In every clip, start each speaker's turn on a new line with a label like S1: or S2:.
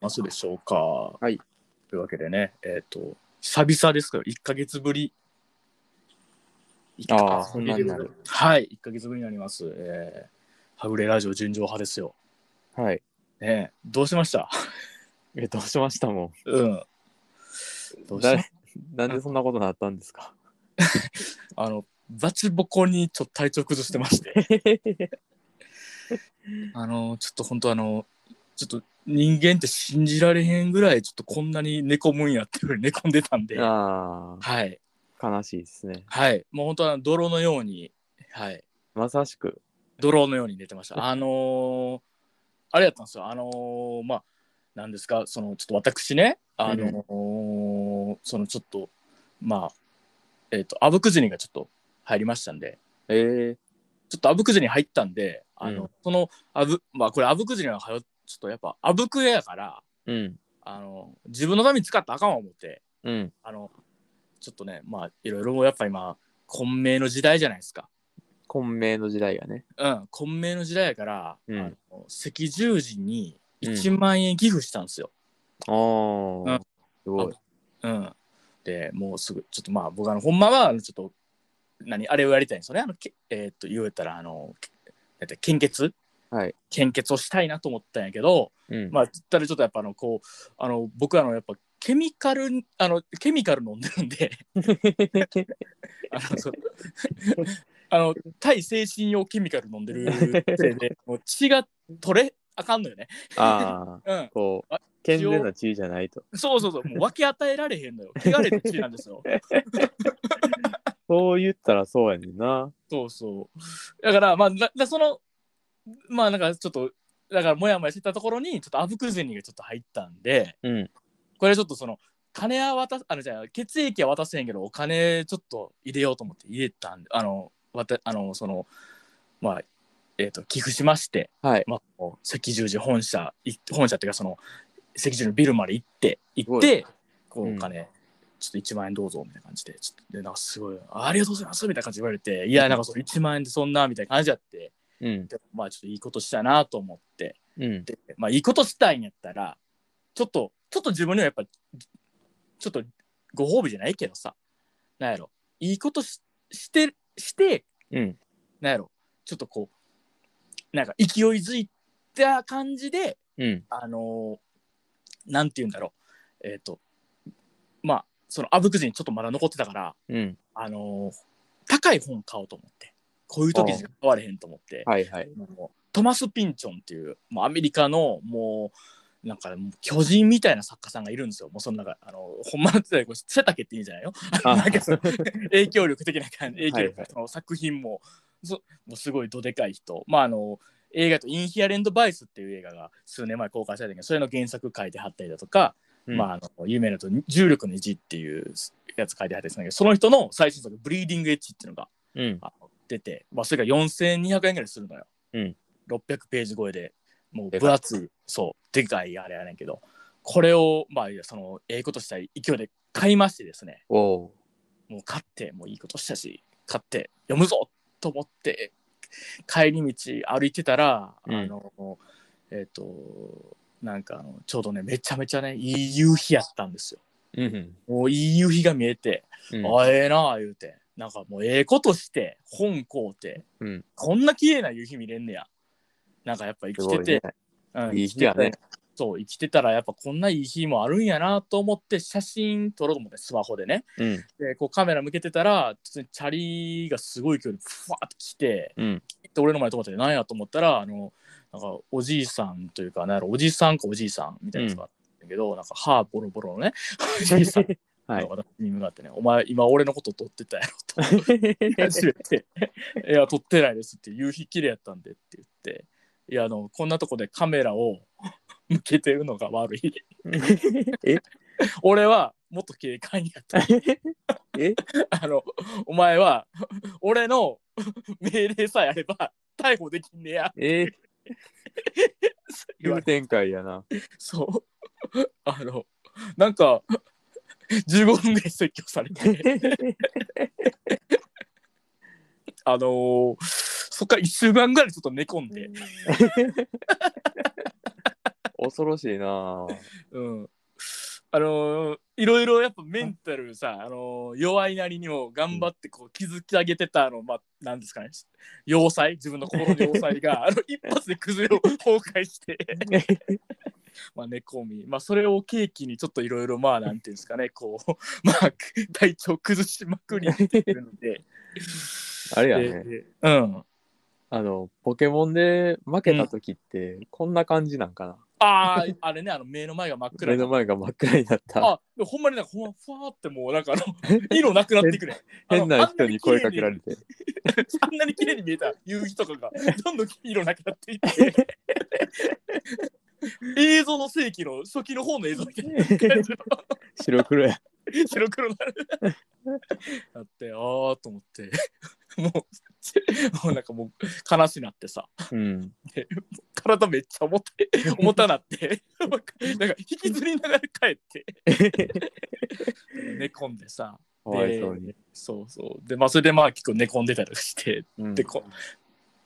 S1: ますでしょうか。はい。というわけでね、えっ、と、久々ですから、1ヶ月ぶり。
S2: あーそんなになる。
S1: はい、1ヶ月ぶりになります。えー、はぐれラジオ純情派ですよ。
S2: はい。
S1: ねえどうしました
S2: え、どうしましたも
S1: うん。ど
S2: ん。
S1: うし
S2: 誰
S1: た
S2: なんでそんなことになったんです か
S1: あの、バチボコにちょっと体調崩してまして。 あのちょっと本当あのちょっと人間って信じられへんぐらいちょっとこんなに寝込むんやっていうぐらい寝込んでたんで、は
S2: あ
S1: い
S2: あ、悲しいですね。
S1: はい、もう本当は泥のように、はい、
S2: まさしく。
S1: 泥のように寝てました。あのーあれやったんですよ。あのーまあなんですかそのちょっと私ね、あのーそのちょっとまあえっ、とあぶくじにがちょっと入りましたんで、
S2: え
S1: ちょっとあぶくじに入ったんで、あの、
S2: うん
S1: そのあぶまあこれあぶくじにははよちょっとやっぱあぶくえやから。
S2: えうん。
S1: あの自分のために使ったらあかんわ思って
S2: うん。
S1: あのちょっとねまあいろいろやっぱ今混迷の時代じゃないですか
S2: 混迷の時代がね。
S1: うん混迷の時代やから、
S2: うん
S1: あの赤十字に1万円寄付したんですよ、
S2: あ
S1: う
S2: あ、
S1: ん
S2: すごい。
S1: うんでもうすぐちょっとまあ僕あのほんまはあのちょっと何あれをやりたいんですよねあのけえーっと言うたらあのけなんて献血
S2: はい。
S1: 献血をしたいなと思ったんやけど、
S2: うん。
S1: まあ、つったらちょっとやっぱあのこうあの僕あのやっぱケミカルあのケミカル飲んでるんであのそう あの対精神用ケミカル飲んでるせいでもう血が取れあかんのよね。
S2: ああ、
S1: うん、
S2: こう
S1: あ、
S2: 健全な地位じゃないと。
S1: そうそうそうもう分け与えられへんのよ汚れた血なんですよ。
S2: そう言ったらそうやねんな。
S1: そうそうだからまあななそのまあなんかちょっとだからモヤモヤしてたところにちょっとアブクゼニがちょっと入ったんで。
S2: うん。
S1: これちょっとその金は渡すあのじゃあ血液は渡せへんけどお金ちょっと入れようと思って入れたんであのわたあのそのまあえっ、と寄付しまして、
S2: はい。
S1: まあ、こう赤十字本社い本社っていうかその赤十字のビルまで行って行っ
S2: すご
S1: てこ
S2: う
S1: うんお金、ちょっと1万円どうぞみたいな感じでちょっとでなんかすごいありがとうございますみたいな感じで言われていやなんかその1万円でそんなみたいな感じやって
S2: うん。
S1: でまあちょっといいことしたなと思って
S2: うん。
S1: で、まあ、いいことしたいんやったら、ちょっと、ちょっと自分にはやっぱ、ちょっとご褒美じゃないけどさ、なんやろ、いいことしして、して、
S2: うん。
S1: なんやろ、ちょっとこう、なんか勢いづいた感じで、
S2: うん。
S1: あのーなんて言うんだろう、えっ、と、まあ、そのあぶくじにちょっとまだ残ってたから、
S2: うん。
S1: あのー高い本買おうと思って、こういう時しか買われへんと思って、
S2: はいはい。
S1: もうトマス・ピンチョンっていうもうアメリカのもうなんかもう巨人みたいな作家さんがいるんですよ。もうその中あのほんまのこれ背丈っていいんじゃないよ。
S2: あ
S1: なんかその影響力的な感じ影響力、
S2: はいはい
S1: その作品もそもうすごいどでかい人。まああの映画と「インヒアレンド・バイス」っていう映画が数年前公開されたけどそれの原作書いてはったりだとか、まあ、あの有名だと「重力の字」っていうやつ書いてはったりするんだけどその人の最新作「ブリーディング・エッジ」っていうのが
S2: うん。
S1: あの出て、まあ、それが4200円ぐらいするのよ、
S2: うん
S1: 600ページ超えでもう
S2: でかい
S1: 分厚いそうでかいあれやねんけどこれをまあそのええことしたい勢いで買いましてですね
S2: おお
S1: もう買ってもういいことしたし買って読むぞと思って帰り道歩いてたら、
S2: うん
S1: あのえっ、となんかあのちょうどねめちゃめちゃねいい夕日やったんですよ
S2: ー。うん。
S1: もういい夕日が見えて、
S2: うん
S1: あええなあ言うてなんかもうええことして本買うて
S2: うん。
S1: こんな綺麗な夕日見れんねや。なんかやっぱ生
S2: す
S1: き
S2: ご
S1: て
S2: い
S1: て、
S2: ね。
S1: うん
S2: いい日や
S1: 生
S2: ね
S1: きてたそう、生きてたらやっぱこんないい日もあるんやなと思って写真撮ろうと思って、スマホでね。
S2: うん。
S1: で、こうカメラ向けてたら、突然チャリがすごい距離、ふわーって来て、
S2: うん。
S1: で、俺の前に止まって、なんやと思ったら、あの、なんかおじいさんというか、なんやろ、おじいさんかおじいさんみたいなやつがあったんだけど、なんか歯ボロボロのね、 おじいさんが
S2: はい。
S1: 私に向かってね、お前今俺のこと撮ってたやろと。 初めて「いや撮ってないです」って「夕日綺麗やったんで」って言って「いやあのこんなとこでカメラを 向けてるのが悪い
S2: え
S1: 俺はもっと警官やった
S2: え
S1: あのお前は俺の 命令さえあれば逮捕できんねや」
S2: えー、
S1: 言わ
S2: 急
S1: れ
S2: 展開やな。
S1: そうあのなんか 15分ぐらい説教されてあのーそっから1週間ぐらいちょっと寝込んで
S2: お 恐ろしいな。
S1: うんあのーいろいろやっぱメンタルさ、あのー弱いなりにも頑張ってこう築き上げてたあの、まあ、なんですかね要塞自分の心の要塞 があの一発で崩れを崩壊してまあ寝込み、まあ、それを契機にちょっといろいろまあなんていうんですかねこうまあ体調崩しまくりにしてるの で
S2: あれや
S1: で
S2: ね。
S1: うん
S2: あの、ポケモンで負けた時って、こんな感じなんかな。
S1: あああれねあの目の前が真っ暗
S2: 目
S1: にな
S2: の
S1: っ
S2: 前が真っ暗になった。
S1: あでもほんまになんかほんまふわーってもうなんかあ の色なくなってくれ
S2: 変な人に声かけられて。
S1: あんなに綺麗に見えた夕日とかがどんどん色なくなっていって映像の世紀の初期の方の映像み たいな感じの
S2: 白黒や。
S1: 白黒になるだってああと思ってもうもうなんかもう悲しなってさ
S2: うん。
S1: 体めっちゃ重たい重たなってなんか引きずりながら帰って 寝込んでさ
S2: かわいそうに。
S1: そうそうでまあそれでまあ結構寝込んでたりして
S2: うん
S1: でこ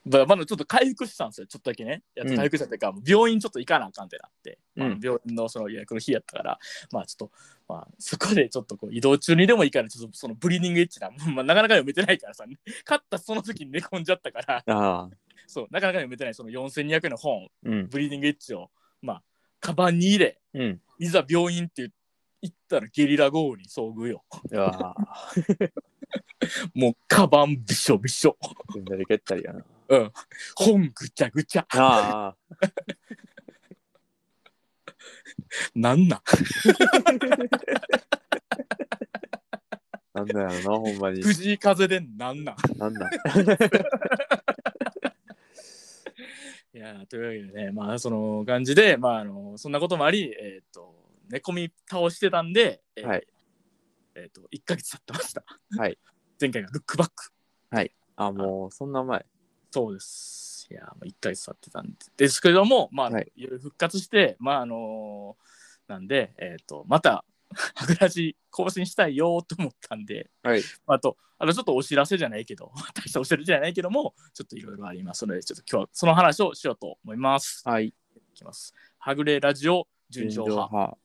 S1: だからまだちょっと回復してたんですよ、ちょっとだけね。やっ
S2: う
S1: と
S2: ん
S1: 回復したというか、病院ちょっと行かなあかんってなって、まあ
S2: うん
S1: 病院のその予約の日やったから、まあちょっと、まあ、そこでちょっとこう移動中にでもいいから、ちょっとそのブリーディングエッジな、 まあ、なかなか読めてないからさ、勝ったその時に寝込んじゃったから、
S2: ああ。
S1: そう、なかなか読めてないその4200円の本、
S2: うん。
S1: ブリーディングエッジを、まあ、カバンに入れ、
S2: うん。
S1: いざ病院って行ったらゲリラ豪雨に遭遇よ。
S2: うわあ。
S1: もうカバンびしょびしょ。
S2: 踏んだり蹴った りやな。
S1: うん。本ぐちゃぐちゃ。
S2: ああ。
S1: なんなん
S2: なんだよな、ほんまに。
S1: 藤井風でなんなん
S2: なんだ。
S1: いやーというわけでねまあその感じでまああのそんなこともありえっ、と寝込み倒してたんで、えー
S2: はい
S1: えっ、と1ヶ月経ってました
S2: はい
S1: 前回がルックバック
S2: あ、もう、そんな前。
S1: そうですいやーもう1ヶ月経ってたんでですけどもまあ、
S2: はい
S1: い、ろいろ復活してまああのーなんでえっ、とまたはぐらじ更新したいよーと思ったんで
S2: はい。
S1: あとあのちょっとお知らせじゃないけど 大したお知らせじゃないけどもちょっといろいろありますのでちょっと今日はその話をしようと思います
S2: はい。
S1: いきます。はぐれラジオ純情派。
S2: 派。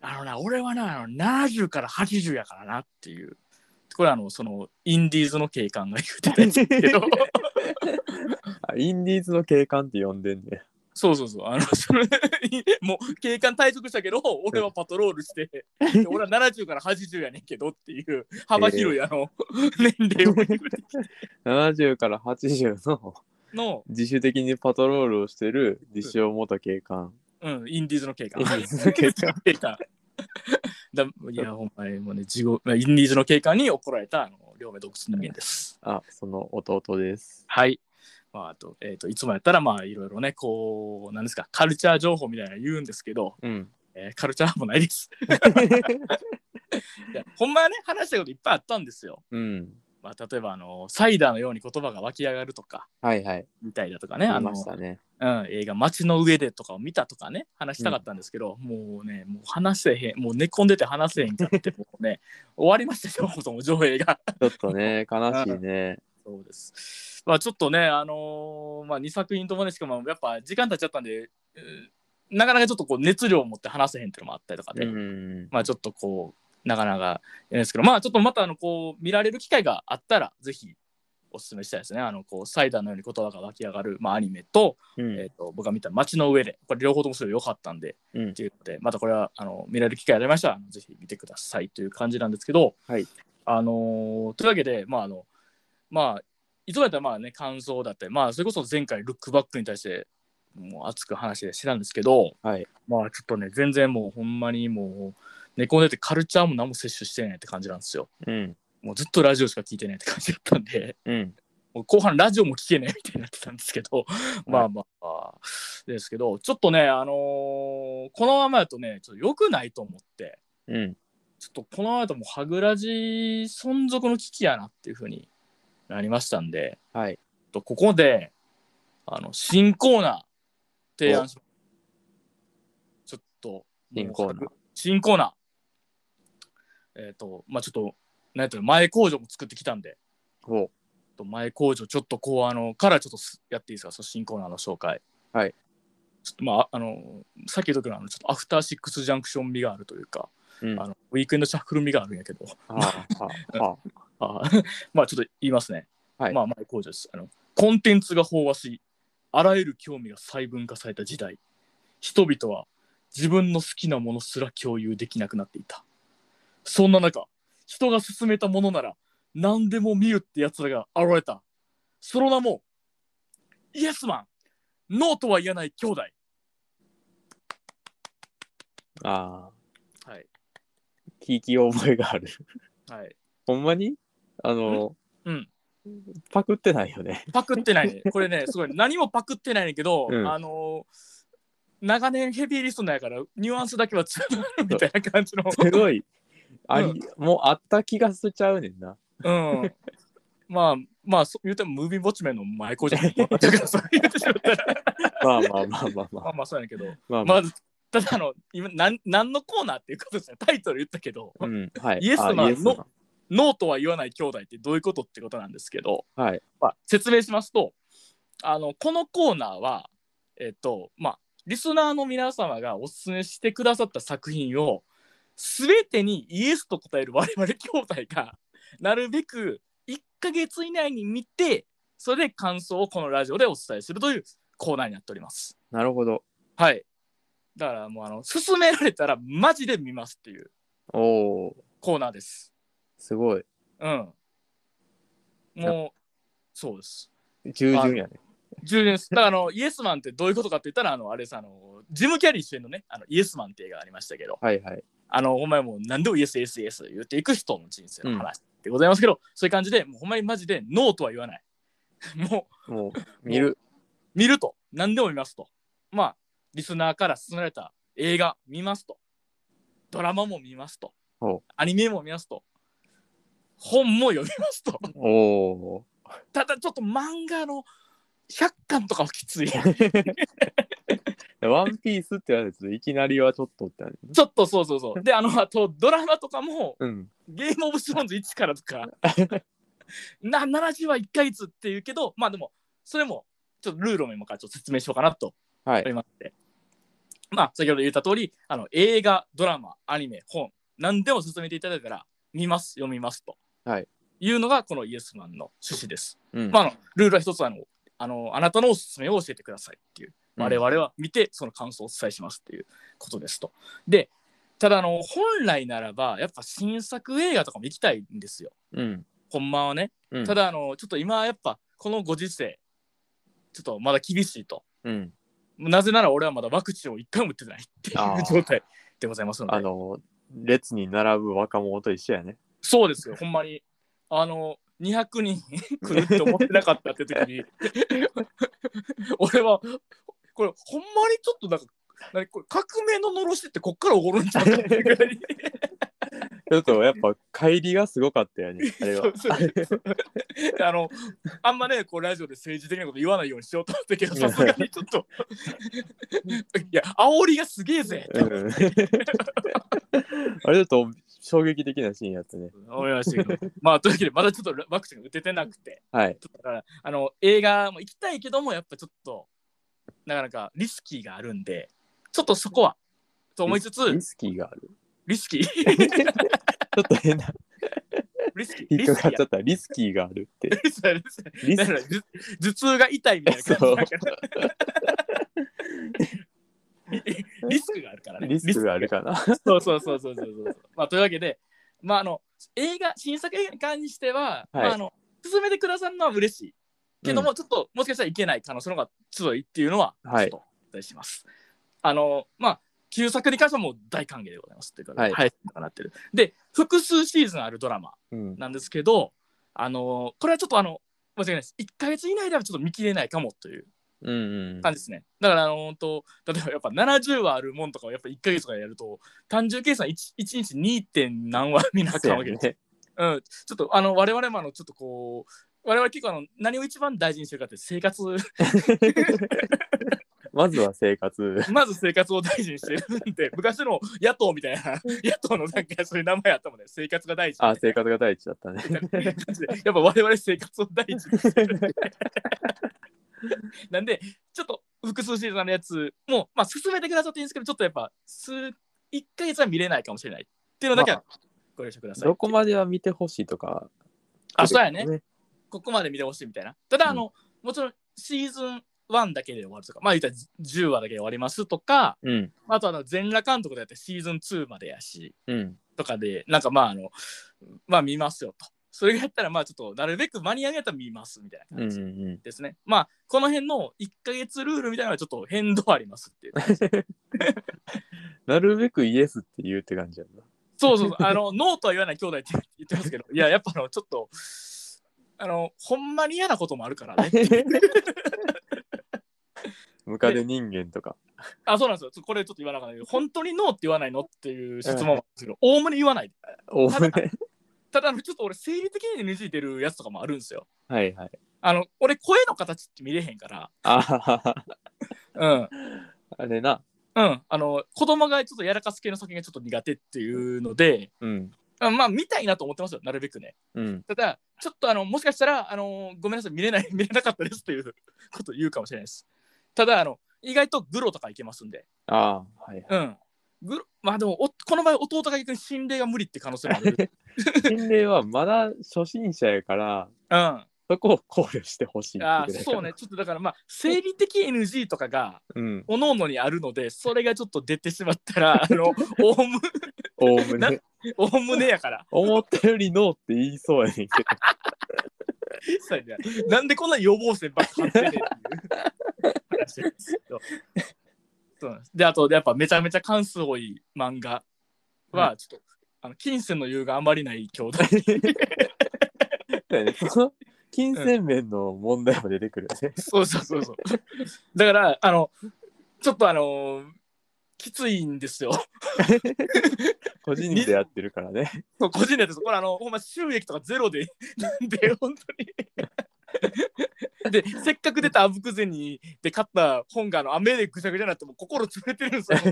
S1: あのな、俺はな、あの70から80やからなっていう。これあの、その、インディーズの警官が言ってたやつだ けど、
S2: あインディーズの警官って呼んでんね。
S1: そうそうそう、あの、それ、もう警官退職したけど、俺はパトロールして、で俺は70から80やねんけどって いう、幅広いあの、年齢を言うて
S2: 70から80の
S1: の、
S2: 自主的にパトロールをしてる自称元警官。
S1: うん、インディーズの警官。
S2: インディーズの警 官
S1: 警官だいや、ほんまにもうね、地獄、インディーズの警官に怒られた、あの、両目洞窟人間です。
S2: あ、その弟です。
S1: はい。まあ、あと、えっ、と、いつもやったら、まあ、いろいろね、こう、なんですか、カルチャー情報みたいなの言うんですけど、
S2: うん。
S1: えーカルチャーもないです。いや、ほんまはね、話したこといっぱいあったんですよ。
S2: うん。
S1: まあ、例えば、あの、サイダーのように言葉が湧き上がるとか、
S2: はいはい。
S1: みたいだとかね、あ
S2: い
S1: の
S2: ま、したね。
S1: うん、映画、街の上でとかを見たとかね、話したかったんですけど、もうね、もう話せへん、もう寝込んでて話せへんかって、もうね、終わりましたよ、そもそも上映が。
S2: ちょっとね、悲しいね。
S1: そうです。まあちょっとね、あのーまあ2作品ともね、しかもやっぱ時間経っちゃったんで、えーなかなかちょっとこう熱量を持って話せへんっていうのもあったりとか
S2: う
S1: で、
S2: ん。
S1: まあちょっとこう、なかなかいないですけど、まあちょっとまたあのこう見られる機会があったら、ぜひお勧めしたいですね。あのこうサイダーのように言葉が湧き上がる、まあ、アニメと、
S2: うん
S1: えっと僕が見た街の上で、これ両方ともすごい良かったんで、
S2: うん
S1: っていうので、またこれはあの見られる機会ありましたら、あのぜひ見てくださいという感じなんですけど、
S2: はい
S1: あのーというわけで、まああのまあ、いつもやったらまあ、ね、感想だったり、まあ、それこそ前回、ルックバックに対してもう熱く話してたんですけど、
S2: はい
S1: まあ、ちょっとね、全然もうほんまにもう、寝込んでてカルチャーも何も摂取してないって感じなんですよ。
S2: うん。
S1: もうずっとラジオしか聞いてないって感じだったんで。
S2: うん。
S1: もう後半ラジオも聞けないみたいになってたんですけ ど、まあまあですけどちょっとねあのーこのままだとねちょっと良くないと思って
S2: うん。
S1: ちょっとこのままだともうはぐらじ存続の危機やなっていうふうになりましたんで
S2: はい。
S1: ちょっとここであの新コーナー提案しますちょっともう
S2: 新コーナー
S1: 新コーナーえっ、とまあちょっとなんやったら前工場も作ってきたんで
S2: ほ
S1: ちょっと前工場ちょっとこうあのからちょっとすやっていいですかその新コーナーの紹介
S2: はい
S1: ちょっとまあ、あの、さっき言ったけど、あのちょっとアフターシックスジャンクション味があるというか、
S2: うん、
S1: あ
S2: は
S1: のウィークエンドシャッフル味があるんやけど、
S2: あはあはあ
S1: あ ーまあちょっと言いますね。
S2: はい
S1: まあ前工場ですあの。コンテンツが飽和し、あらゆる興味が細分化された時代、人々は自分の好きなものすら共有できなくなっていた。そんな中、人が勧めたものなら何でも見るってやつらが現れた。その名も、イエスマンノーとは言わない兄弟
S2: あ
S1: はい。
S2: ー聞き覚えがある
S1: はい。
S2: ほんまにあの
S1: うん。
S2: パクってないよ ね
S1: パクってないね。こ れね、すごい。何もパクってないねんけど、
S2: うん
S1: あのー長年ヘビーリストなんやから、ニュアンスだけはつながるみたいな感じ の。
S2: すごいあり、もうあった気がしちゃうねんな
S1: うん。まあ、まあ、そう言うても、ムービーウォッチメンの前工場に分かってるから、そう言ってしまったら、
S2: まあまあまあまあま
S1: ま
S2: あ
S1: あまあ、そうやねんけど、
S2: まあま
S1: ま
S2: あ
S1: ず、ただあの、今、なん、何のコーナーっていうことですね。タイトル言ったけど、
S2: うんはい
S1: イエスマン
S2: あ
S1: のノーとは言わない兄弟ってどういうことってことなんですけど、
S2: はい
S1: まあ、説明しますとあのこのコーナーはえっとまあリスナーの皆様がおすすめしてくださった作品を全てにイエスと答える我々兄弟がなるべく1ヶ月以内に見てそれで感想をこのラジオでお伝えするというコーナーになっております。
S2: なるほど
S1: はい。だからもうあの勧められたらマジで見ますっていう
S2: おお
S1: コーナーです。
S2: すごい
S1: うん。もう、そうです。
S2: 従順やね
S1: 10年です。だからあの、イエスマンってどういうことかって言ったら、あの、あれさ、あの、ジム・キャリー主演のね、あのイエスマンって映画がありましたけど、
S2: はいはい
S1: あの、ほんまにもう何でもイエス、イエス、イエス言っていく人の人生の話でございますけど、そういう感じで、もうほんまにマジでノーとは言わない。 も
S2: もう見る
S1: う、見ると、何でも見ますと。まあ、リスナーから勧められた映画見ますと。ドラマも見ますと
S2: ほ。
S1: アニメも見ますと。本も読みますと。
S2: おお
S1: ただちょっと漫画の100巻とかはきつい
S2: ワンピースって言われるといきなりはちょっとってなる
S1: ちょっとそうそう そうであのあとドラマとかも
S2: うん
S1: ゲームオブスローンズ1からとか な70は1回ずつっていうけどまあでもそれもちょっとルールを今からちょっと説明しようかなと
S2: は
S1: 思
S2: い
S1: いましてまあ先ほど言った通りあの映画ドラマアニメ本何でも進めていただいたら見ます読みますと、
S2: はい、
S1: いうのがこのイエスマンの趣旨です
S2: うん
S1: まあ、あのルールは一つあのあの、あなたのおすすめを教えてくださいっていう、
S2: うん
S1: 我々は見て、その感想をお伝えしますっていうことですと。で、ただあの、本来ならば、やっぱ新作映画とかも行きたいんですよ、
S2: うん
S1: ほんまはね。
S2: うん
S1: ただあの、ちょっと今はやっぱ、このご時世、ちょっとまだ厳しいと。
S2: うん
S1: なぜなら俺はまだワクチンを一回も打ってないってい
S2: あ
S1: う
S2: ー
S1: 状態でございますので
S2: あ。の列に並ぶ若者と一緒やね
S1: そうですよ、ほんまに。あの、200人 来るって思ってなかったって時に、 俺は、これ、ほんまにちょっとなんか、何これ革命ののろしってこっからおごるんちゃうかってぐらい
S2: ちょっとやっぱ帰りがすごかったよねあれは
S1: そうそうあのあんまねこうラジオで政治的なこと言わないようにしようと思ったけどさすがにちょっといや煽りがすげえぜって
S2: うん あれだと衝撃的なシーンやったね。
S1: 思いましたけど まあというわけでまだちょっとワクチンが打ててなくて
S2: はい。
S1: ちょっとだからあの映画も行きたいけどもやっぱちょっとなかなかリスキーがあるんでちょっとそこはと思いつ
S2: リ
S1: つ
S2: スキーがある。
S1: リスキー
S2: ちょっと変な、
S1: リスキー
S2: 引っ
S1: リ
S2: か
S1: スキ
S2: かっ
S1: ー
S2: ちゃった。リスキーがあるって。
S1: やリスキ
S2: リ
S1: ーだか
S2: スキー。
S1: ら頭頭痛が痛いみたいな感じだから リスクがあるからね
S2: リスクがあるかな。
S1: そうそうそうそうそうそう。まあ、というわけで、まあ、あの映画新作映画に関しては、
S2: はい
S1: まあ、あの進めてくださるのは嬉しいけども、ちょっともしかしたらいけない可能性の方が強いっていうのは、
S2: はい
S1: ちょっとお伝えします。あのまあ旧作に関してはもう大歓迎でございますっていうか、
S2: はい
S1: はい、なってる。で、複数シーズンあるドラマ
S2: うん。
S1: なんですけど、あのこれはちょっとあの、申し訳ないです。1ヶ月以内ではちょっと見切れないかもという
S2: うん。
S1: 感じですね。だから、あの本当、例えばやっぱ70話あるもんとかをやっぱ1ヶ月とかやると、単純計算 1, 日 2. 点何話見なあ
S2: そ
S1: か
S2: うん
S1: わ
S2: や
S1: けです。
S2: ね
S1: うん、ちょっとあの我々もあのちょっとこう、我々結構あの何を一番大事にしてるかって生活、
S2: まずは生活。
S1: まず生活を大事にしてるんで、昔の野党みたいな、 野党のなんかそういう名前あったもんね、生活が大事。
S2: あ、生活が第一だった ね。
S1: みたいな 感じでやっぱ我々生活を大事にしてるんでなんで、ちょっと複数シーズンあるやつも、まあ、進めてくださっていいんですけど、ちょっとやっぱ、数、1ヶ月は見れないかもしれないっていうのだけはご了承くださいっていう。
S2: どこまでは見てほしいとか、
S1: あ、そうやね。ここまで見てほしいみたいな。ただ、あの、もちろんシーズン1だけで終わるとか、まあ言ったら10話だけで終わりますとか、
S2: うん。
S1: あとあの、全裸監督だってシーズン2までやし、
S2: うん。
S1: とかで、なんかまああの、まあ見ますよと。それがやったら、まあちょっと、なるべく間に合うやったら見ますみたいな
S2: うん。う
S1: 感
S2: ん
S1: じですね。まあ、この辺の1ヶ月ルールみたいなのはちょっと変動ありますっていう。
S2: なるべくイエスって言うって感じやん な。
S1: そうそうそう、あの、ノーとは言わない兄弟って言ってますけど、いや、やっぱあの、ちょっと、あの、ほんまに嫌なこともあるからね。
S2: ムカデ人間とか。
S1: あ、そうなんですよ。ちょこれちょっと言わなかったけど、本当にノーって言わないのっていう質問なんですけど、おおむね言わない。
S2: お
S1: ただただ、あのちょっと俺、生理的に NG 出るやつとかもあるんですよ。
S2: はいはい。
S1: あの、俺、声の形って見れへんから、
S2: あははは
S1: うん。
S2: あれな。
S1: うん。あの、子供がちょっとやらかす系の作品がちょっと苦手っていうので、
S2: うん。
S1: あまあ、見たいなと思ってますよ、なるべくね。
S2: うん。
S1: ただ、ちょっとあの、もしかしたら、あの、ごめんなさい、見れない、見れなかったですということを言うかもしれないです。ただ、あの、意外とグロとかいけますんで、
S2: ああ、はいは
S1: うん。グロまあでもお、この場合、弟が逆に心霊が無理って可能性もあ る。
S2: い。心霊はまだ初心者やから、
S1: うん。
S2: そこを考慮してほしいって
S1: あ
S2: ぐらいかな
S1: そうね。ちょっとだからまあ生理的 NG とかが
S2: うん。
S1: 各々にあるのでそれがちょっと出てしまったらあ のおおむ
S2: おおむ
S1: な
S2: ね。
S1: おおむねやから
S2: 思ったよりノーって言いそうやねんけ
S1: そうやねなんでこんな予防線ばっか張ってねんっていう話なんですけどそうなんですであとやっぱめちゃめちゃ関数多い漫画はちょっと、あの金銭の優があまりない兄弟
S2: どそうやね。その金銭面の問題も出てくるよね。
S1: そうそうそうそう だからあのちょっとあのきついんですよ
S2: 個人でやってるからね。
S1: そう個人でやってますこれあのほんま収益とかゼロで なんで本当に でせっかく出たあぶく銭にで買った本があの雨でぐちゃぐちゃになってもう心潰れてるんですよ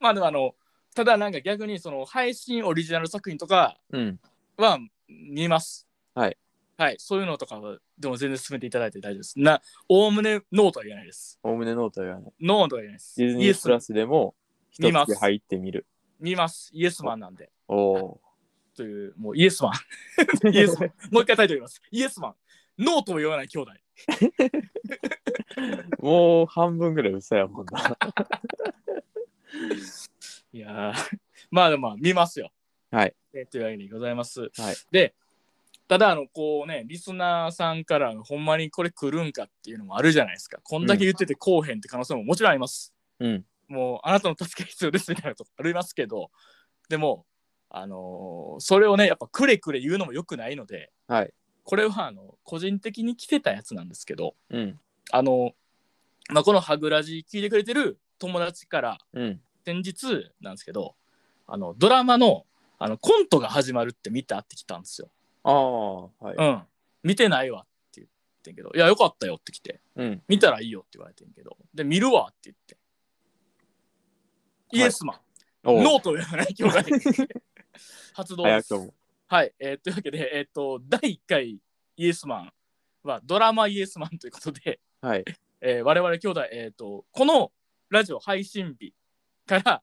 S1: まあでもあのただなんか逆にその配信オリジナル作品とか
S2: うん。
S1: は見ます
S2: はい
S1: はいそういうのとかはでも全然進めていただいて大丈夫ですなおおむねノーとは言わないです
S2: おおむねノーとは言わない。
S1: ノーとは言わないです
S2: ディズニ
S1: イエ
S2: ー
S1: ス
S2: プラスでも一
S1: 見ま
S2: つ
S1: す
S2: で入ってみる。
S1: 見ますイエスマンなんで
S2: おお
S1: という、もうイエスマン。 イエスマン。 もう一回タイトル言います。イエスマン。ノーとも言わない兄弟。
S2: ー。もう半分ぐらい嘘やもんな。
S1: いやー、 まあでもまあ見ますよ。
S2: はい
S1: えー。というわけでございます。はいで、ただ、あの、こうね、リスナーさんから、ほんまにこれ来るんかっていうのもあるじゃないですか。こんだけ言っててこうへんって可能性ももちろんあります。
S2: うん。
S1: もう、あなたの助けが必要ですみたいなとこありますけど、でも、あのーそれをね、やっぱくれくれ言うのも良くないので、
S2: はい。
S1: これは、あの、個人的に来てたやつなんですけど、
S2: うん。
S1: あの、まあ、このハグラジ聞いてくれてる友達から
S2: うん。
S1: 先日なんですけどあのドラマのあのコントが始まるって見たってきたんですよ。
S2: ああ、はい。
S1: うん。見てないわって言ってんけど、いや、よかったよって来て、
S2: うん。
S1: 見たらいいよって言われてんけど、で、見るわって言って、
S2: はい
S1: イエスマン、
S2: お
S1: ノ
S2: ー
S1: ーと言わない兄弟 発動で
S2: 早
S1: す
S2: く。も。
S1: はい、えーというわけで、えっ、と、第1回イエスマンはドラマイエスマンということで、
S2: はい。
S1: えー我々兄弟、えー、とこのラジオ配信日から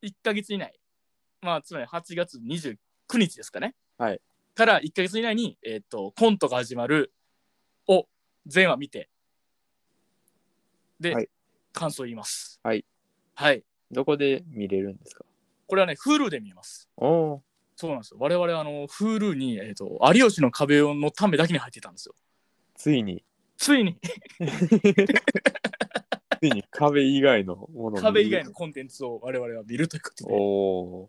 S1: 1ヶ月以内、まあ、つまり8月29日ですかね、
S2: はい、
S1: から1ヶ月以内に、えー、とコントが始まるを全話見てで、
S2: はい
S1: 感想言います
S2: はい、
S1: はい、
S2: どこで見れるんですか
S1: これはね Hulu で見えます
S2: おお
S1: そうなんですよ我々あの Hulu に、えーと「有吉の壁」のためだけに入ってたんですよ
S2: ー。ついに、
S1: ついに
S2: ついに壁以外のものを見る
S1: 壁以外の。コンテンツを我々は見るということで
S2: おお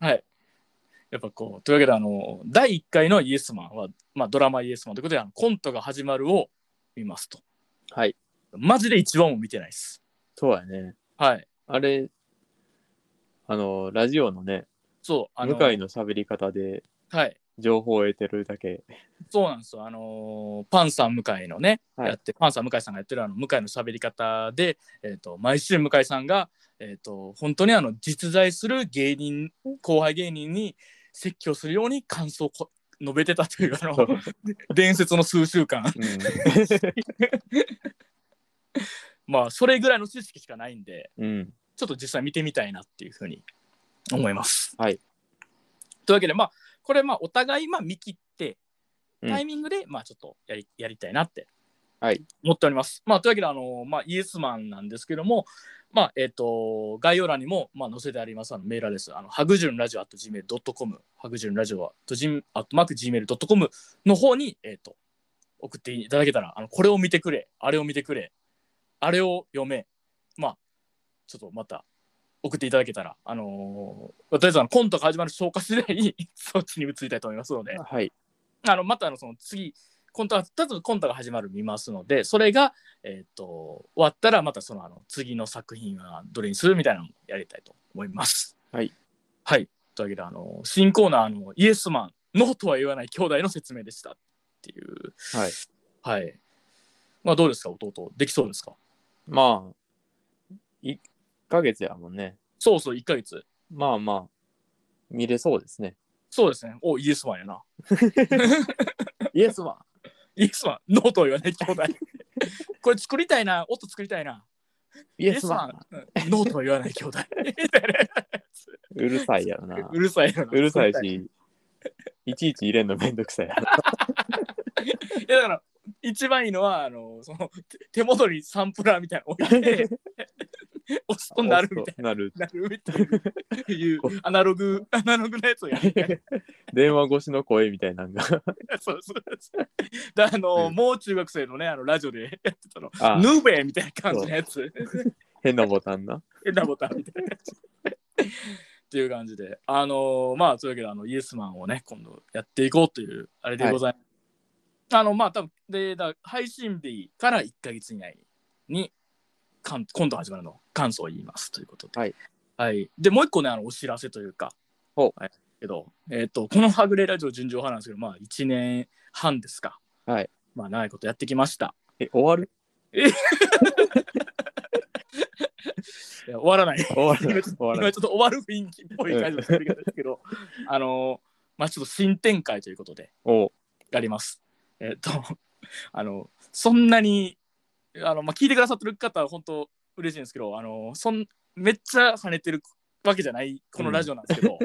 S1: やっぱこう、というわけで、あの、第1回のイエスマンは、まあ、ドラマイエスマンということで、あのコントが始まるを見ますと。
S2: ー。はい。
S1: マジで一話も見てないです。
S2: そうやね。
S1: はい。
S2: あれ、あの、ラジオのね、
S1: そう、あの、
S2: 向井の喋り方で
S1: はい。
S2: 情報を得てるだけ。
S1: そうなんですよ。あのーパンサー向井のね、
S2: はい
S1: やって、パンサー向井さんがやってるあの、向井の喋り方で、えっ、と、毎週向井さんが、えっ、と、本当にあの、実在する芸人、後輩芸人に説教するように感想をこ述べてたという、あの、伝説の数週間。
S2: うん
S1: まあそれぐらいの知識しかないんで
S2: うん。
S1: ちょっと実際見てみたいなっていうふうに思います。
S2: はい、
S1: というわけでまあこれまあお互いまあ見切って
S2: うん
S1: タイミングでまあちょっとやり,、やりたいなって
S2: はい
S1: 思っております。まあ、というわけであの、まあ、イエスマンなんですけども、まあえっと概要欄にもまあ載せてありますあのメールアドレスあのハグジュンラジオ at gmail.com ハグジュンラジオ at gmail.com の方に、えっと送っていただけたらあのこれを見てくれあれを見てくれあれを読めまあちょっとまた送っていただけたら、あのーとりあえずあのコントが始まる消化次第 にそっちに移りたいと思いますので、
S2: はい。
S1: あのまたあのその次コントが例えばコントが始まる見ますのでそれが、えー、と終わったらまたそのあの次の作品はどれにするみたいなのもやりたいと思います。
S2: はい、
S1: はい、というわけであの新コーナーの「イエスマン」「ノーとは言わない兄弟」の説明でしたっていう
S2: はい。
S1: はいまあどうですか弟できそうですか
S2: まあ、1ヶ月やもんね。
S1: そうそう1ヶ月
S2: まあまあ、見れそうですね。
S1: そうですねおイエスマンやな
S2: イエスマ
S1: イエスマン、ノーとは言わない兄 弟。これ作りたいな、音作りたいな。
S2: ンイエスマン
S1: イエスマン、うんノーとは言わない兄 弟。
S2: うるさいやろな。
S1: うるさいよな。
S2: うるさい。し、いちいち入れんのめんどくさいやろ
S1: い
S2: な。
S1: やだから、一番いいのは、あの、その手手元にサンプラーみたいなの置いて、押すとなるみたい
S2: なる。
S1: な。なるって いういうアナログ、アナログのやつをやる。
S2: 電話越しの声みたいなのが。
S1: そうそうそう。で、あの、
S2: うん
S1: もう中学生のね、あの、ラジオでやってたの、
S2: あ
S1: ヌーベイみたいな感じのやつ。
S2: 変なボタンな。
S1: 変なボタンみたいな感じ。っていう感じで、あのーまあ、というわけで、あの、イエスマンをね、今度やっていこうという、あれでございます。あの、まあ、多分で、だ配信日から1ヶ月以内に、かん今度始まるの、感想を言いますということで。
S2: はい。
S1: はい、で、もう一個ね、あの、お知らせというか、
S2: ほ
S1: はい、けど、えっ、と、このはぐれラジオ純情派なんですけど、まあ、1年半ですか。
S2: はい。
S1: まあ、長いことやってきました。
S2: え、終わる
S1: いや終わらない。
S2: 終わる。終わ
S1: 今
S2: る。
S1: ちょっと終わる雰囲気っぽい会場作り方ですけど、あのまあちょっと新展開ということで
S2: お
S1: やります。えっ、と、 あの、そんなに、あの、まあ聞いてくださってる方は本当嬉しいんですけど、あの、そん、めっちゃ跳ねてるわけじゃない、このラジオなんですけど、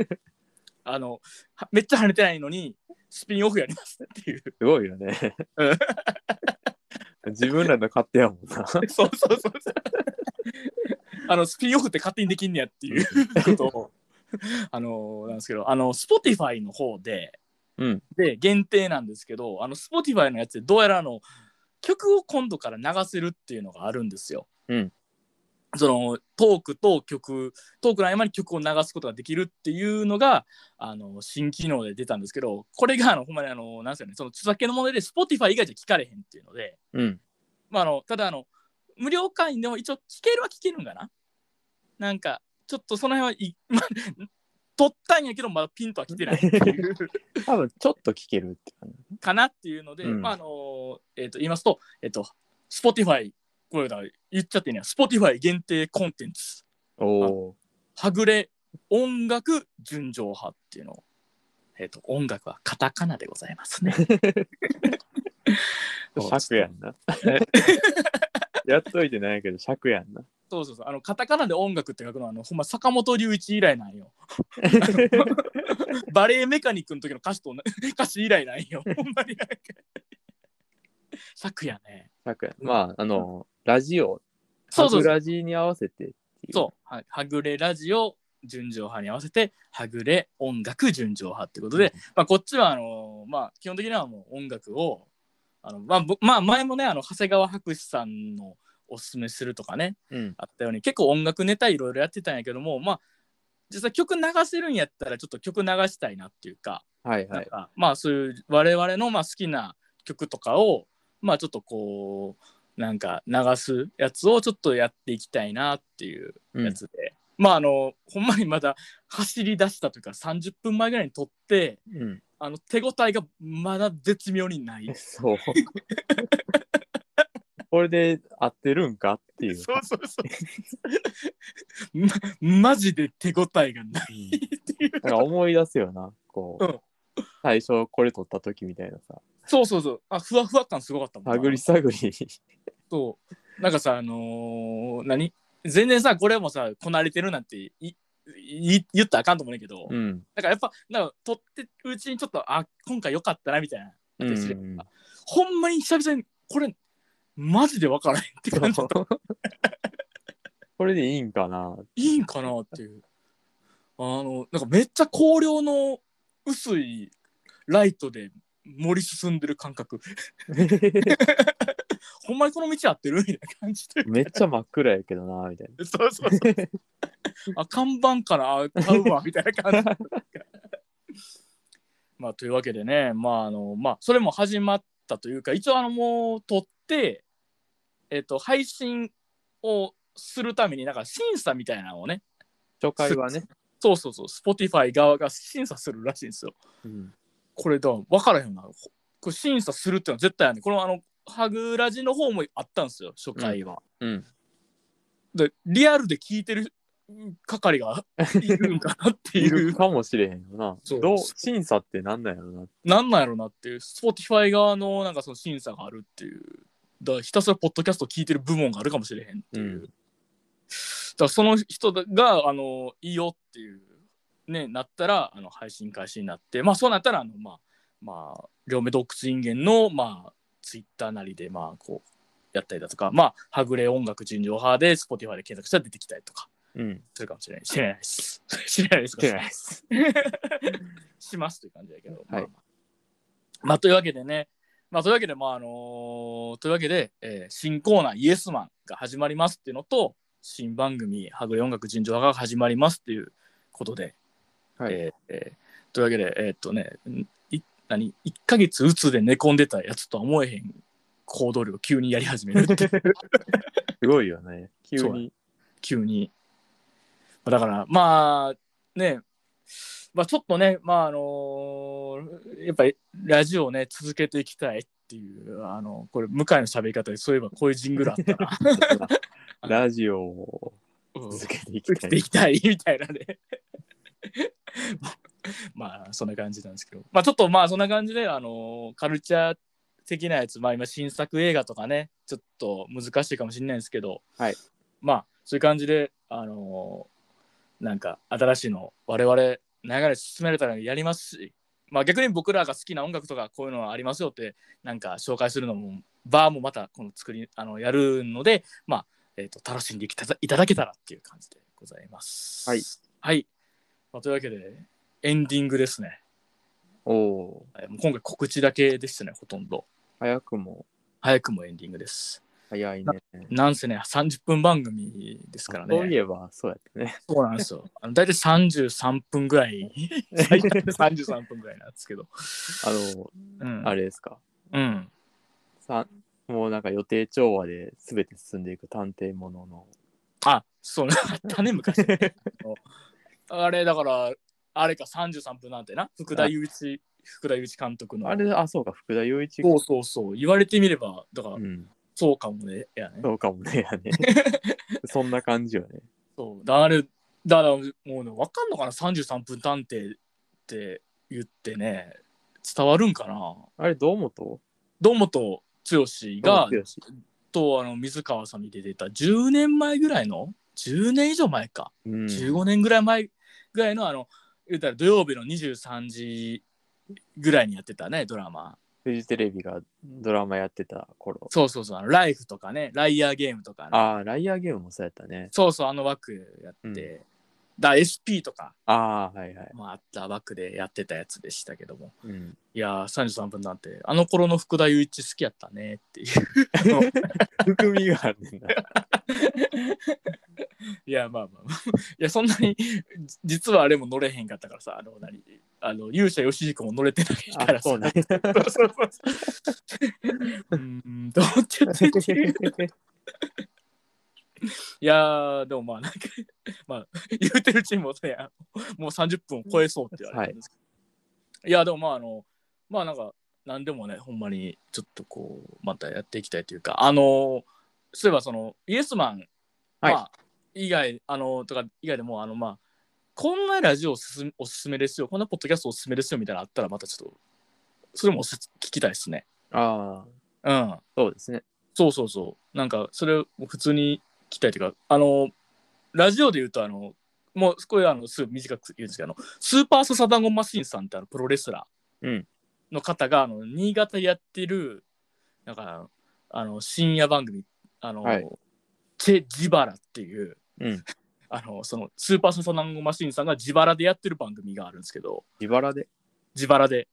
S1: あの、はめっちゃ跳ねてないのに、スピンオフやりますっていう。
S2: すごいよね
S1: う。
S2: 自分らの勝手やもん な。
S1: そうそうそうそう。あの、スピンオフって勝手にできんねやっていうことを、 あの、なんですけど、あの、Spotify の方で、
S2: うん。
S1: で、限定なんですけど、あの、Spotify のやつでどうやらあの、曲を今度から流せるっていうのがあるんですよ。
S2: うん
S1: その、トークと曲、トークの合間に曲を流すことができるっていうのが、あの、新機能で出たんですけど、これが、あの、ほんまにあの、なんですかね、その、著作権の問題で Spotify 以外じゃ聞かれへんっていうので、
S2: うん。
S1: まあ、あのただあの無料会員でも一応聞けるは聞けるんかななんかちょっとその辺はい、 まあ、取ったんやけどまだピンとは来てないって いう
S2: 多分ちょっと聞けるって感じ。
S1: かなっていうので、
S2: うん
S1: まああのえっ、と言いますとえっ、と Spotify これだ言っちゃっていいね Spotify 限定コンテンツ
S2: おお
S1: はぐれ音楽純情派っていうのをえっ、と音楽はカタカナでございますね
S2: ー。尺やんな。 やっといてないけど尺やんな。
S1: そうそうそうあのカタカナで音楽って書くのはあのほんま坂本龍一以来なんよバレエメカニックの時の歌詞と同じ 歌詞以来なんよほんまになんか作やね
S2: 尺やん。まあ、あの、ラジオ、
S1: そうそう
S2: ハ
S1: そ
S2: ブ
S1: う
S2: ラジに合わせてっていう。
S1: そうははぐれラジオ純情派に合わせてはぐれ音楽純情派ってことで、まあ、こっちはあのまあ基本的にはもう音楽をあの、まあ、ぼまあ前もねあの長谷川博士さんのおすすめするとかね
S2: うん。
S1: あったように結構音楽ネタいろいろやってたんやけどもまあ実際曲流せるんやったらちょっと曲流したいなっていうか,、
S2: はいは
S1: なん
S2: い。
S1: かまあそういう我々のまあ好きな曲とかをまあちょっとこうなんか流すやつをちょっとやっていきたいなっていう
S2: う
S1: や
S2: ん。
S1: つで、まああのほんまにまだ走り出したというか30分前ぐらいに撮って
S2: うん、
S1: あの手応えがまだ絶妙にない
S2: そう。 これで合ってるんかっていう。
S1: そうそうそう、 ま、マジで手応えがないっていう
S2: なんか思い出すよな、こう、
S1: うん
S2: 最初これ撮った時みたいなさ、
S1: そうそうそう。あ、ふわふわ感すごかったもんな。
S2: 探り探り、
S1: そう。なんかさ、あのー何全然さ、これもさ、こなれてるなんていいい言ったらあかんと思うねんけど、
S2: うん。
S1: なんかやっぱ、なんか撮ってるうちにちょっと、あ、今回良かったなみたいな。
S2: うん
S1: ですよほんまに久々に、これ、マジでわからへんって感 じ
S2: そ。うこれでいいんかない
S1: いんかなっていう。あの、なんかめっちゃ光量の薄いライトで森進んでる感覚。ほんまにこの道合ってるみたいな感じで。
S2: めっちゃ真っ暗やけどなみたい
S1: そうそうそう。 あ、看板からあ買うわ、みたいな感じ。 まあ、というわけでね、まあ、あの、まあ、それも始まったというか、一応、あの、もう、撮って、えっ、と、配信をするために、なんか、審査みたいなのをね、
S2: な。初回はね。
S1: そうそうそう、Spotify 側が審査するらしいんですよ。
S2: うん
S1: これだ、分からへんな。ここれ審査するってのは絶対あんねんこの、あの、ハグラジの方もあったんですよ、初回は。
S2: うん。
S1: でリアルで聞いてるうん係がいるんかなって
S2: い
S1: い
S2: る
S1: う
S2: かもしれへんよな。
S1: そう
S2: どう審査ってなんなんやろな。
S1: なんなんやろなっていう Spotify 側のなんかその審査があるっていうだからひたすらポッドキャストを聞いてる部門があるかもしれへんっていう、
S2: うん
S1: だからその人があのいいよっていうねなったらあの配信開始になってまあそうなったらあのまあまあ両目洞窟人間のまあツイッターなりでまあこうやったりだとかまあはぐれ音楽純情派で Spotify で検索したら出てきたりとか
S2: うん。
S1: するかもしれない。知らないです。知らないですか。
S2: してない
S1: いです。しますという感じだけど。まあ
S2: はい
S1: まあまあというわけでね、まあ、というわけで、まああのーというわけで、えー新コーナーイエスマンが始まりますっていうのと、新番組、はぐれ音楽人情派が始まりますっていうことで、
S2: はい
S1: えーえーというわけで、えーっとね、んい何1ヶ月うつで寝込んでたやつとは思えへん行動量を急にやり始めるっていう
S2: すごいよね。急
S1: そう
S2: に。
S1: 急に。まあだから、まあ、ね、まあちょっとね、まああのーやっぱりラジオね、続けていきたいっていう、あの、これ、向井の喋り方で、そういえばこういうジングルあった な。
S2: ラジオを続けてい き
S1: 生き
S2: た
S1: て
S2: い
S1: い。きたいみたいなね。 まあそんな感じなんですけど、まあちょっとまあそんな感じで、あのカルチャー的なやつ、まあ今新作映画とかね、ちょっと難しいかもしれないんですけど、
S2: はい
S1: まあそういう感じで、あのなんか新しいの我々流れ進めれたらやりますし、まあ逆に僕らが好きな音楽とかこういうのありますよってなんか紹介するのも、バーもまたこの作り、あのやるので、まあえー、と楽しんできただいただけたらっていう感じでございます。
S2: はい。
S1: はいまあ、というわけで、エンディングですね。
S2: おおー。
S1: えーもう今回告知だけでしたね、ほとんど。
S2: 早くも
S1: 早くもエンディングです。
S2: 早いね。
S1: なんせね、30分番組ですからね。
S2: そういえば、そうやってね。
S1: そうなんですよ。あの大体33分ぐらい、最短で33分ぐらいなんですけど。
S2: あの、
S1: うん。
S2: あ
S1: れ
S2: れですか。
S1: うん。
S2: さもうなんか予定調和で全て進んでいく探偵ものの。
S1: あ、そう ね、あったね、 昔、ね。あのあれ、だから、あれか33分なんてな、福田雄一、福田雄一監督の。
S2: あれ、あ、そうか、福田雄一
S1: そうそうそう。言われてみれば、だから、
S2: うん。
S1: そうかもね。やね。
S2: そうかもね。や ねそんな感じよね。
S1: そう。だあれ、だからもうね、わかんのかな ?33 分探偵って言ってね、伝わるんかな
S2: あれ、どうもと
S1: 堂本剛が
S2: 堂、本剛
S1: とあの水川あさみで出た10年前ぐらいの、10年以上前か。
S2: うん。
S1: 15年ぐらい前ぐらいの、あの、言うたら土曜日の23時ぐらいにやってたね、ドラマ。
S2: フジテレビがドラマやってた頃。
S1: そうそうそう、あのライフとかね、ライアーゲームとかね。
S2: ああ、ライアーゲームもそうやったね。
S1: そうそう、あの枠やって、だ SP とか
S2: ああ、はいはい。
S1: もあった枠でやってたやつでしたけども、
S2: うん。
S1: いやー、33分なんて、あの頃の福田雄一好きやったねっていう。
S2: 含みがあるんだ。
S1: いや、まあまあまあ、いや、そんなに、じ実はあれも乗れへんかったからさ、あの、何、あの、勇者吉彦も乗れてないからさ、
S2: あ、そうなん
S1: そうそうそう。うーん、どうって言ってっていういやー、でもまあ、なんか、 まあ、言うてるチームもね、あのもう30分を超えそうって言われてるんですけど、い、や、でもまあ、あの、まあなんか、なんでもね、ほんまに、ちょっとこう、またやっていきたいというか、あの、そういえば、その、イエスマン、
S2: はい
S1: まあ、以外、あの、とか、以外でも、あの、まあ、こんなラジオおすすめおすすめですよ、こんなポッドキャストおすすめですよみたいなのあったら、またちょっと、それもおす聞きたいですね。
S2: ああ、
S1: うん。
S2: そうですね。
S1: そうそうそう。なんか、それを普通に聞きたいというか、あの、ラジオで言うと、あの、もう、これあの、すぐ短く言うんですけど、あの、スーパーササダンゴマシンさんってあの、プロレスラ
S2: うん
S1: ーの方が、あの、新潟やってる、なんか、あの、深夜番組、あの、
S2: はい
S1: チェ・ジバラっていう、
S2: うん。
S1: あの、その、スーパーササダンゴマシンさんが自腹でやってる番組があるんですけど、
S2: 自腹で。
S1: 自腹で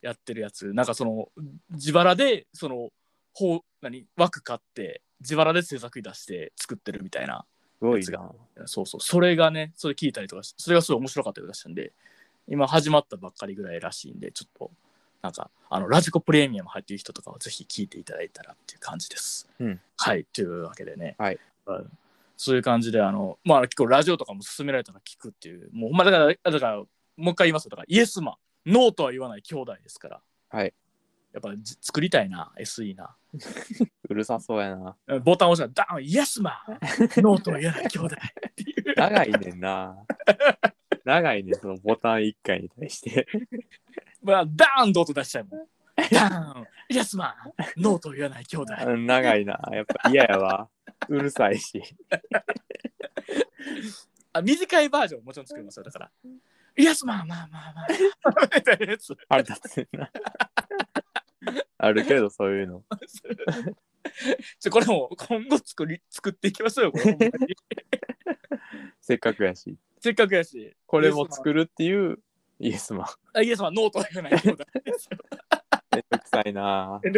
S1: やってるやつなんかその自腹でそのほう何枠買って自腹で制作費出して作ってるみたいな
S2: すごい
S1: やつ
S2: な。
S1: そうそうそれがねそれ聞いたりとかしそれがすごい面白かったりとかしたんで今始まったばっかりぐらいらしいんでちょっとなんかあのラジコプレミアム入ってる人とかはぜひ聞いていただいたらっていう感じです。
S2: うん
S1: はいというわけでね、
S2: はい
S1: うんそういう感じであのまあ結構ラジオとかも勧められたら聞くっていうもうほんまだからだからもう一回言いますよだからイエスマンノーとは言わない兄弟ですから。
S2: はい
S1: やっぱじ作りたいな SE な
S2: うるさそうやな。
S1: ボタン押したらダウンイエスマンノーとは言わない兄弟っていう
S2: 長いねんな。長いね、そのボタン一回に対して。
S1: まあ、ダーンドと出しちゃうもん。ダーンイエスマンノーと言わない兄弟。
S2: うん長いな。やっぱ嫌やわ。うるさいし。
S1: あ、短いバージョンもちろん作りますよ。だから。イエスマンまあまあまあ。みたいなやつ。
S2: あれだってんな。あるけど、そういうの。
S1: ちょこれも今後作り作っていきましょうよ。これほんまに
S2: せっかくやし。
S1: せっかくやし。
S2: これも作るっていうイエスマン。
S1: あイエスマンノーとは言わない兄弟。
S2: めんどくさいな。
S1: だ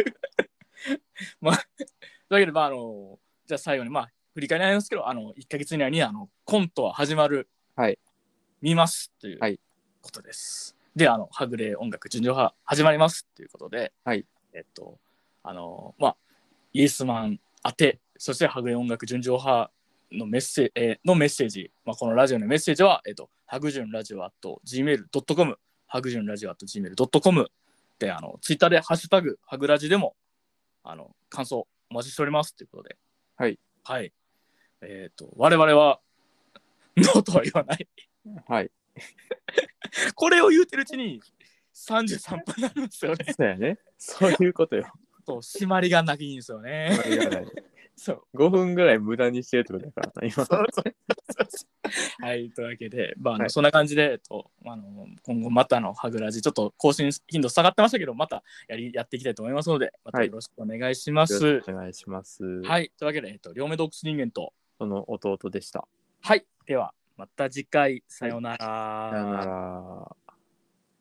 S1: けど、まあ、あの、じゃあ最後に、まあ、振り返りになりますけど、あの、1ヶ月以内に、あの、コントは始まる。
S2: はい
S1: 見ますという
S2: はい
S1: ことです。で、あの、はぐれ音楽純情派始まりますということで、
S2: はい
S1: えっと、あの、まあ、イエスマン宛て、そしてはぐれ音楽純情派のメッセージ、えーのメッセージ、まあ、このラジオのメッセージは、えっと、はぐじゅんラジオ at gmail.com、はぐじゅんラジオ at gmail.com で、あの、ツイッターで、ハッシュタグ、はぐらじでも、あの、感想お待ちしておりますということで。
S2: はい。
S1: はい。えっ、と、我々は、ノーとは言わない。
S2: はい。
S1: これを言うてるうちに33分になるんですよね。
S2: そうやね。そういうことよ。
S1: と、締まりがなきんですよね。そう。
S2: 5分ぐらい無駄にしてるってことだからな、今。
S1: そうそうそうそうはい、というわけで、まああの
S2: はい
S1: そんな感じで、えっとあの、今後またあのはぐらじ、ちょっと更新頻度下がってましたけど、またやりやっていきたいと思いますので、またよろしくお願いします。は
S2: よ
S1: い
S2: ろし、くお願いします。
S1: というわけで、えっと、両目洞窟人間と、
S2: その弟でした。
S1: はい、では、また次回、さようなら。
S2: さよなら。